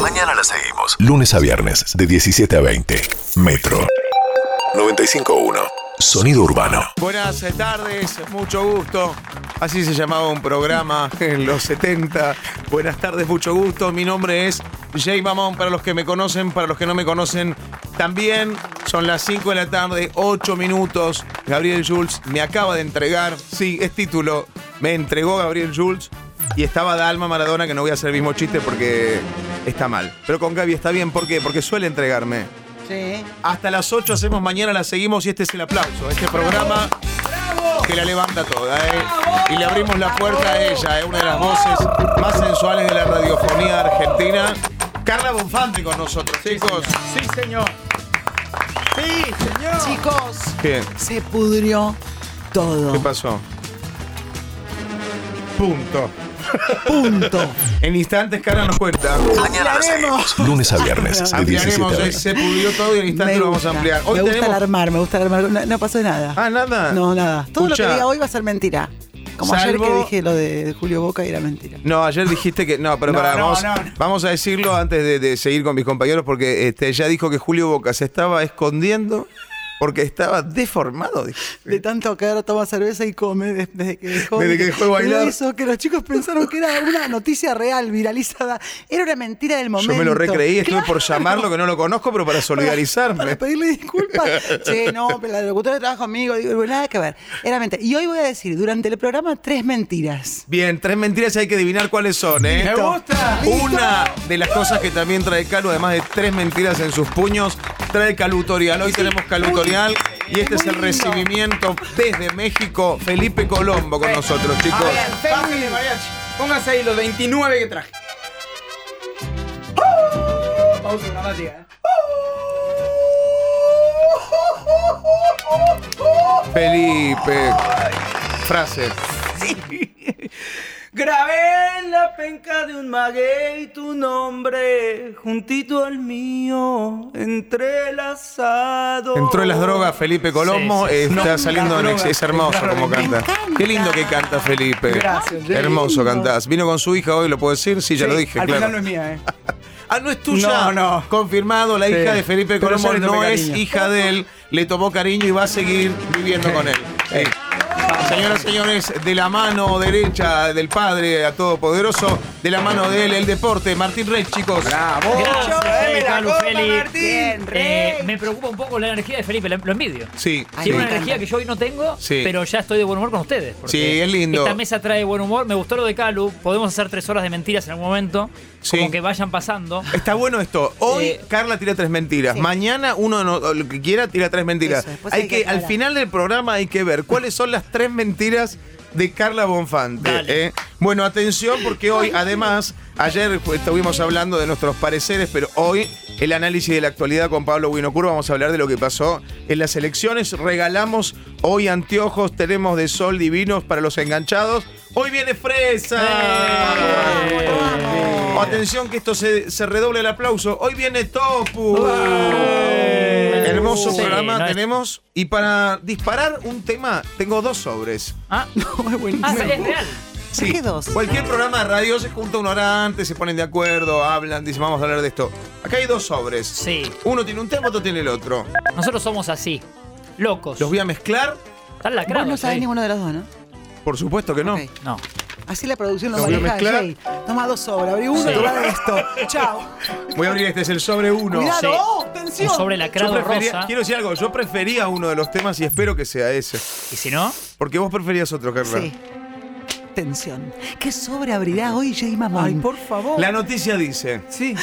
Mañana la seguimos. Lunes a viernes, de 17 a 20. Metro. 95.1. Sonido urbano. Buenas tardes, mucho gusto. Así se llamaba un programa en los 70. Buenas tardes, mucho gusto. Mi nombre es Jay Mamón. Para los que me conocen, para los que no me conocen, también son las 5 de la tarde, 8 minutos. Gabriel Jules me acaba de entregar, sí, es título, me entregó Gabriel Jules. Y estaba Dalma Maradona, que no voy a hacer el mismo chiste porque está mal. Pero con Gaby está bien, ¿por qué? Porque suele entregarme. Sí. Hasta las 8 hacemos mañana, la seguimos y este es el aplauso. Este programa que la levanta toda, ¿eh? Y le abrimos la puerta a ella, ¿eh? Una de las voces más sensuales de la radiofonía argentina. Carla Bonfante con nosotros, chicos. Sí, señor. Sí, señor. Chicos, ¿Qué? se pudrió ¿Qué todo. pasó? Punto. Punto. En instantes Carla nos cuenta. Mañana la Ampliaremos. seguimos. Lunes a viernes, de 17 Ampliaremos, a ¿eh? 20. se pudrió todo y en instantes Me lo vamos a gusta. ampliar. Hoy me gusta tenemos... alarmar, me gusta alarmar. No, no pasó nada. Ah, nada. No, nada. Todo lo Escuchá. que diga hoy va a ser mentira. Como ayer Salvo- que dije lo de Julio Boca era mentira. No, ayer dijiste que. No, pero No, pará, no, vamos, no, no. vamos a decirlo antes de, de seguir con mis compañeros, porque este, ya dijo que Julio Boca se estaba escondiendo porque estaba deformado. dijo. De tanto que ahora toma cerveza y come de- desde que dejó, Desde que dejó de bailar. Pero Eso que los chicos pensaron que era una noticia real, viralizada. Era una mentira del momento. Yo me lo recreí, estuve por Claro. llamarlo, que no lo conozco, pero para Para solidarizarme. pedirle disculpas. che, no, pero la locutora trabaja conmigo. Digo, nada que ver. Era mentira. Y hoy voy a decir, durante el programa, tres mentiras. Bien, tres mentiras y hay que adivinar cuáles son, ¿eh? Me gusta. Una de las cosas que también trae Calu, además de tres mentiras en sus puños, trae Calutorial. Hoy tenemos Calutorial y este es el recibimiento desde México, Felipe Colombo con nosotros, A chicos. ver, pásale, mariachi. Póngase ahí los 29 que traje. Pausa una látiga, ¿eh? Felipe. Frase. Grabé en la penca de un maguey tu nombre juntito al mío, entrelazado. Entró en las drogas Felipe Colombo. Sí, sí, eh, sí. Está No, saliendo las en ex- drogas. Es hermoso Entraron como en mí. canta. Qué lindo que canta Felipe. Gracias, Jay. Hermoso cantás. Vino con su hija hoy, ¿lo puedo decir? Sí, ya Sí, lo dije, Al claro. final no es mía, ¿eh? Ah, no es tuya. No, no. Confirmado, la Sí. hija de Felipe Pero Colombo yo le tomé no es cariño. hija de él. Le tomó cariño y va a seguir viviendo con él. Sí. Señoras y señores, de la mano derecha del padre a todopoderoso, de la mano de él, el deporte, Martín Rey, chicos. Gracias, Chócame eh, la Calu copa, Feli. Martín. Bien, Eh, rey. me preocupa un poco la energía de Felipe, lo lo envidio. Sí, sí. Ay, Tiene una me energía encanta. que yo hoy no tengo, Sí. pero ya estoy de buen humor con ustedes. porque Sí, es lindo. Esta mesa trae buen humor. Me gustó lo de Calu. Podemos hacer tres horas de mentiras en algún momento. Sí. Como que vayan pasando. Está bueno esto. Hoy Eh, Carla tira tres mentiras. Mañana uno no- o lo que quiera tira tres mentiras. Eso, después hay, hay que, que al aclarar. final del programa hay que ver cuáles son las tres mentiras de Carla Bonfante. Dale. ¿eh? Bueno, atención porque hoy además ayer pues, estuvimos hablando de nuestros pareceres, pero hoy el análisis de la actualidad con Pablo Winocuro vamos a hablar de lo que pasó en las elecciones. Regalamos hoy anteojos, tenemos de sol divinos para los enganchados. Hoy viene fresa. ¡Eh! O Atención que esto se, se redoble el aplauso. Hoy viene Topu. Eh, Hermoso Sí, programa no es- tenemos. Y para disparar un tema, tengo dos sobres. Ah, No, es buenísimo. ah, es real. ¿Por qué dos? Cualquier programa de radio se junta una hora antes, se ponen de acuerdo, hablan, dicen vamos a hablar de esto. Acá hay dos sobres. Sí. Uno tiene un tema, otro tiene el otro. Nosotros somos así. Locos. Los voy a mezclar. Están Vos lacrados. no sabés eh. ninguno de los dos, ¿no? Por supuesto que no. Ok. No. Así la producción lo Lo voy a maneja mezclar. Jay. Toma dos sobres, abrí uno Sí. y toma esto. Chao. Voy a abrir este, es el sobre uno. Cuidado, sí. oh, Un tensión. sobre Yo lacrado prefería- rosa. quiero decir algo, yo prefería uno de los temas y espero que sea ese. Y si no, Porque vos preferías otro, Carla. Sí. Tensión. ¿Qué sobre abrirá hoy Jay Mamón? Ay, por favor. La noticia dice. Sí.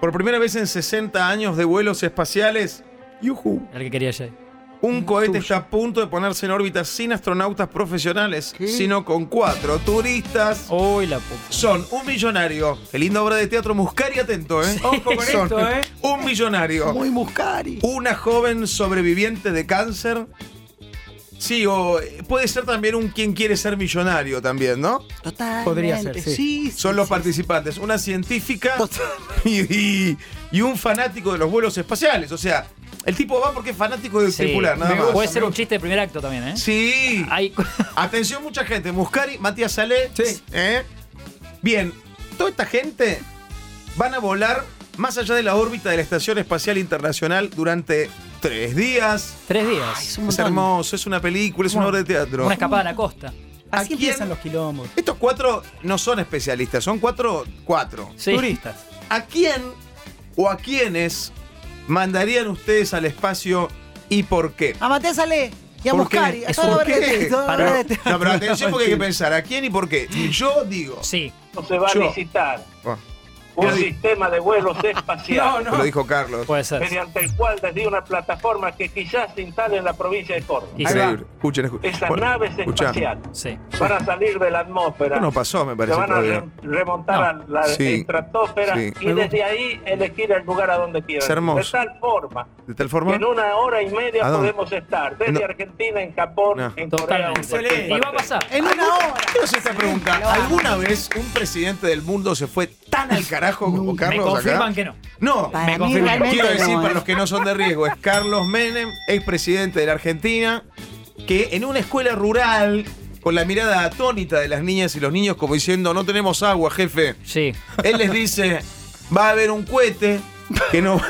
Por primera vez en 60 años de vuelos espaciales, yujú, el que quería ayer. un cohete está a punto de ponerse en órbita sin astronautas profesionales, ¿Qué? sino con cuatro turistas. Uy, la puta. Son un millonario. Qué linda obra de teatro, Muscari, atento, ¿eh? Ojo con esto, ¿eh? Un millonario. Muy Muscari. Una joven sobreviviente de cáncer. Sí, o eh, puede ser también un quien quiere ser millonario también, ¿no? Totalmente. Podría ser, sí. sí, Son sí, los sí. participantes. Una científica Total. y, y- y un fanático de los vuelos espaciales. O sea, el tipo va porque es fanático de Sí. circular, nada Me más. Puede ser un chiste de primer acto también, ¿eh? Sí. Hay- Atención, mucha gente. Muscari, Matías Salé. Sí. ¿eh? Bien, toda esta gente van a volar más allá de la órbita de la Estación Espacial Internacional durante tres días. Tres días. Es un Es montón. hermoso, es una película, es una obra de teatro. Una escapada a la costa. ¿A Así quién? empiezan los quilombos. Estos cuatro no son especialistas, son cuatro, cuatro. Sí. Turistas. ¿A quién o a quiénes mandarían ustedes al espacio y por qué? A Matías Ale y a ¿Por qué? Muscari. A ¿Es todo por qué? Berretti, todo Pará. Berretti. No, pero atención porque hay que pensar, ¿a quién y por qué? Yo digo. Sí. No se va Yo. a licitar Bueno, un Sí. sistema de vuelos espaciales Lo dijo Carlos. Puede ser. mediante el cual desde una plataforma que quizás se instale en la provincia de Córdoba. Y- Increíble. Escuchen, escuchen. Esas Bueno, naves escuchá. espaciales Sí. van a salir de la atmósfera. Bueno, pasó, me parece, Se van a todavía. re- remontar a la Sí. estratosfera Sí. y desde ahí elegir el lugar a donde quieran. Es hermoso. De tal forma De tal que forma. en una hora y media ¿A dónde? podemos estar desde No. Argentina, en Japón, No. en Corea. Totalmente. Excelente. Y va a pasar. En una hora. Quiero hacer esta pregunta. ¿Alguna vez un presidente del mundo se fue tan al carajo como Me Carlos confirman acá? que no. No. Para mí confirmo. realmente Quiero decir, no, para ¿eh? los que no son de riesgo, es Carlos Menem, expresidente de la Argentina, que en una escuela rural, con la mirada atónita de las niñas y los niños, como diciendo, no tenemos agua, jefe, Sí. él les dice, va a haber un cohete, que no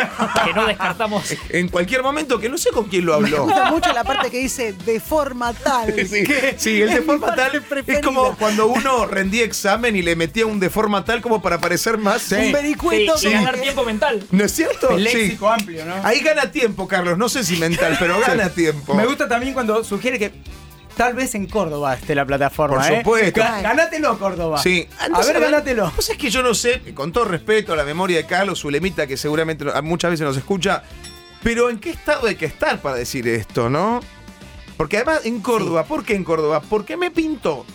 Que no descartamos. en cualquier momento, que no sé con quién lo Me habló. gusta mucho la parte que dice de forma tal. Sí, sí, el de Es mi forma parte tal es preferida. como cuando uno rendía examen y le metía un de forma tal como para parecer más. Un Sí, vericueto y que- ganar tiempo mental. ¿No es cierto? El Sí. léxico amplio, ¿no? Ahí gana tiempo, Carlos. No sé si mental, pero gana tiempo. Me gusta también cuando sugiere que tal vez en Córdoba esté la plataforma. Por ¿eh? supuesto. Ga- Ganátelo, Córdoba. Sí. A ver, ganátelo. Pues es que yo no sé, con todo respeto a la memoria de Carlos Zulemita, que seguramente no- muchas veces nos escucha, pero ¿en qué estado hay que estar para decir esto, no? Porque además en Córdoba, ¿por qué en Córdoba? ¿Por qué me pintó?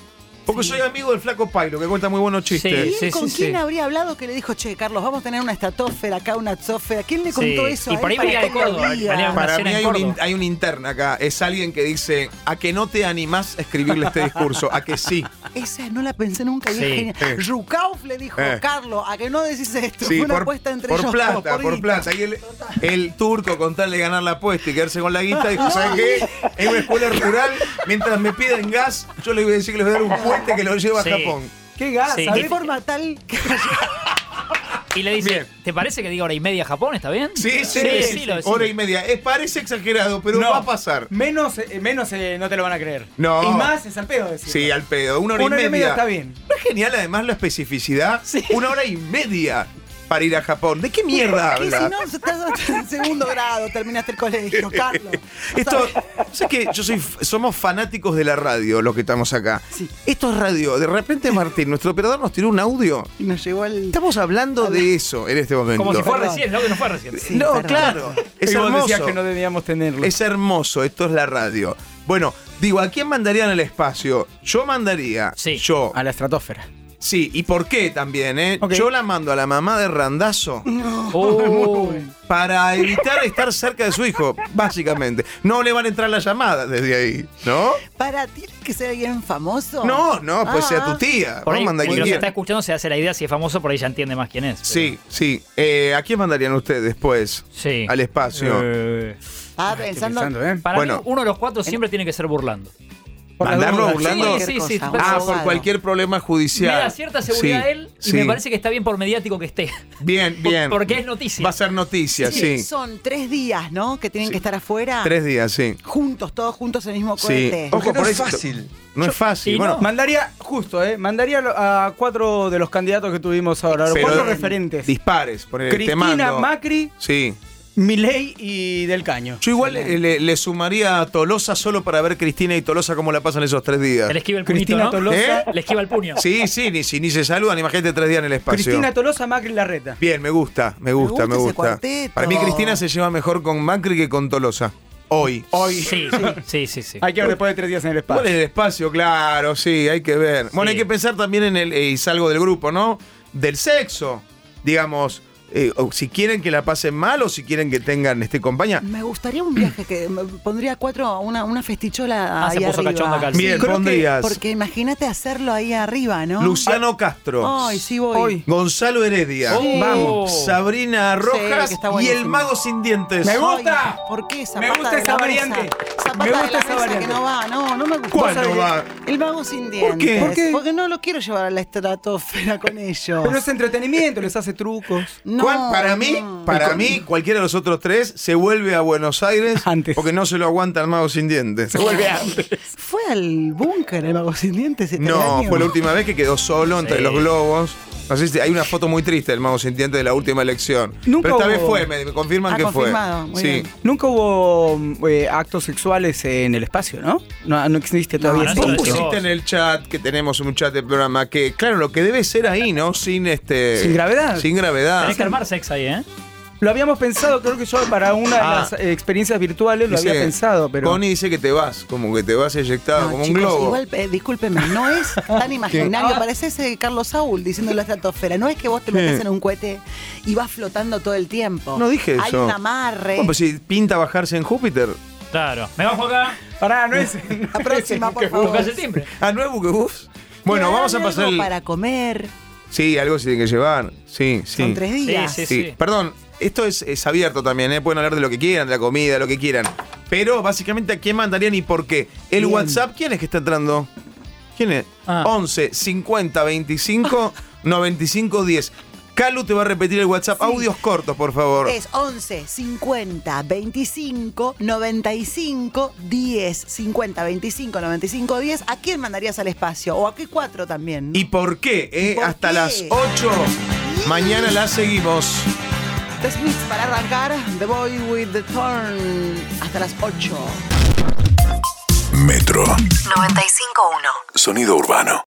Porque soy amigo del flaco Pailo, que cuenta muy buenos chistes. Sí, ¿Quién sí, con sí, quién sí. habría hablado que le dijo, che, Carlos, vamos a tener una estratosfera acá, una zófera? ¿Quién le contó Sí. eso? Y a por él ahí venía para de que lo Córdoba, diga? venía- Para cena mí en hay un, Córdoba. in- hay un interna acá. Es alguien que dice, a que no te animás a escribirle este discurso, a que sí. Esa no la pensé nunca y Sí. es genial. Eh. Rukauf le dijo, Eh. Carlos, a que no decís esto. Sí, Fue una por, apuesta entre por ellos. dos, plata, por guita. plata. Y el, el turco con tal de ganar la apuesta y quedarse con la guita dijo, ¿sabes qué? En una escuela rural, mientras me piden gas, yo les voy a decir que les voy a dar un puente que lo lleva Sí. a Japón. Qué gas. Sí. ¿sabés? De forma tal que Y le dice, Bien. ¿te parece que diga hora y media a Japón? ¿Está bien? Sí, sí, sí, sí, lo decimos. hora y media. Es, parece exagerado, pero No. va a pasar. Menos, eh, menos eh, no te lo van a creer. No. Y más es al pedo decir. Sí, al pedo. Una hora Una y media. está bien. ¿No es genial además la especificidad? Una hora y media para ir a Japón. ¿De qué mierda que si habla? no, estás en segundo grado, terminaste el colegio, Carlos. Esto, sé que yo soy, f- somos fanáticos de la radio, los que estamos acá. Esto es radio. De repente, Martín, nuestro operador nos tiró un audio. Y nos llegó el... Estamos hablando de eso en este momento. Como si fuera Perdón. recién, ¿no? Que no fue recién. Sí, no, perdón. claro. Es y vos decías hermoso. que no debíamos tenerlo. Es hermoso. Esto es la radio. Bueno, digo, ¿a quién mandarían al espacio? Yo mandaría. Sí. Yo. A la estratosfera. Sí, ¿y por qué también, eh? Ok. Yo la mando a la mamá de Randazo Oh, para evitar estar cerca de su hijo, básicamente. No le van a entrar las llamadas desde ahí, ¿no? Para, ¿tiene que ser alguien famoso? No, no, pues Ah, sea tu tía. por Vos ahí, manda a el quien que nos quiera. está escuchando se hace la idea, si es famoso, por ahí ya entiende más quién es. Sí, sí. Eh, ¿A quién mandarían ustedes después? Sí. Al espacio. Eh, Ah, estoy pensando... ¿eh? Para Bueno. mí, uno de los cuatro siempre tiene que ser burlando. Por las ¿Mandarlo dudas. burlando? Sí, sí, Cualquier sí. ah, cosa, un por abogado. cualquier problema Me judicial. da cierta seguridad ah, Sí, a él y sí. me parece que está bien por mediático que esté. Bien, Por- bien. Porque es noticia. Va a ser noticia, sí. Son tres días, ¿no? Que tienen que estar afuera. Tres días, sí. Juntos, todos juntos en el mismo Sí. cohete. Ojo, no por es ahí- fácil. No es fácil. y bueno, no. Mandaría, justo, ¿eh? Mandaría lo- a cuatro de los candidatos que tuvimos ahora, los pero- cuatro referentes. Dispares, por el te Cristina, mando. Macri, Sí. Milei y Del Caño. Yo igual eh, le, le sumaría a Tolosa solo para ver Cristina y Tolosa cómo la pasan esos tres días. Le esquiva el puñito, Cristina ¿no? Tolosa. ¿Eh? Le esquiva el puño. Sí, sí, ni, si ni se saludan, imagínate tres días en el espacio. Cristina Tolosa, Macri Larreta. Bien, me gusta, me gusta, gusta me ese gusta. cuarteto. Para mí Cristina se lleva mejor con Macri que con Tolosa. Hoy. Hoy. Sí, sí, sí. sí. Hay que ver después de tres días en el espacio. ¿Cuál es el espacio? Claro, sí, hay que ver. Bueno, Sí. hay que pensar también en el, eh, y salgo del grupo, ¿no? Del sexo, digamos. eh, o si quieren que la pasen mal o si quieren que tengan este compañía. Me gustaría un viaje que me pondría cuatro, una, una festichola Ah, ahí se puso arriba. cachonda Calci. Bien, creo que- pondrías Porque imagínate hacerlo ahí arriba, ¿no? Luciano Castro, Ay, sí voy. Hoy. Gonzalo Heredia, Sí. Vamos. Sabrina Rojas que está y el buenísimo. mago sin dientes. Me Ay, gusta. ¿Por qué esa Me pata gusta de esa la variante. mesa? Esa Me pata gusta de la esa mesa variante. que no va, no, no me gusta. ¿Cuál no ¿Sabes qué? va? El vago sin dientes. ¿Por qué? ¿Por qué? Porque no lo quiero llevar a la estratosfera con ellos. Pero es entretenimiento, les hace trucos. No, Juan, para mí, no. para mí, cualquiera de los otros tres se vuelve a Buenos Aires Antes. porque no se lo aguanta el mago sin dientes. Fue al búnker el vago sin dientes. este No, año. fue la última vez que quedó solo entre Sí. los globos. No sé si hay una foto muy triste del mago sin dientes de la última elección. Nunca Pero esta hubo- vez fue, me, me confirman Ah, que confirmado, fue. muy sí. bien. Nunca hubo mm, eh, actos sexuales en el espacio, ¿no? No, no existe todavía. no ese Vos Sí, concepto. sí. pusiste en el chat que tenemos un chat de programa que, claro, lo que debe ser ahí, ¿no? Sin este. Sin gravedad. Sin gravedad. Tenés que armar sex ahí, ¿eh? Lo habíamos pensado, creo que yo para una de Ah. las eh, experiencias virtuales lo Dice- había pensado, pero. Connie dice que te vas, como que te vas eyectado, No, como un chicos, globo. Igual, eh, discúlpeme, no es tan imaginario. Parece ese Carlos Saúl diciendo la estratosfera. No es que vos te metes en un cohete y vas flotando todo el tiempo. No dije Hay eso. un amarre. Bueno, pues si pinta bajarse en Júpiter. Claro. Me bajo acá. Pará, no es. La próxima, por favor. Tocás el timbre. A nuevo que bus. Bueno, Te vamos a dan pasar. algo el- para comer. Sí, algo se tiene que llevar. Sí, sí. Son tres días. Sí, sí, Sí. Perdón, esto es, es abierto también, ¿eh? pueden hablar de lo que quieran, de la comida, lo que quieran. Pero básicamente a quién mandarían y por qué. El Bien. WhatsApp, ¿quién es que está entrando? ¿Quién es? Ah. 11 50 25 95 10. Calu te va a repetir el WhatsApp. Audios cortos, por favor. Es 11 50 25 95 10. 50 25 95 10. ¿A quién mandarías al espacio? ¿O a qué cuatro también? ¿Y por qué? eh? ¿Y por Hasta qué? las 8. Mañana la seguimos. The Smiths para arrancar. The Boy with the Turn. Hasta las 8. Metro. 95.1. Sonido urbano.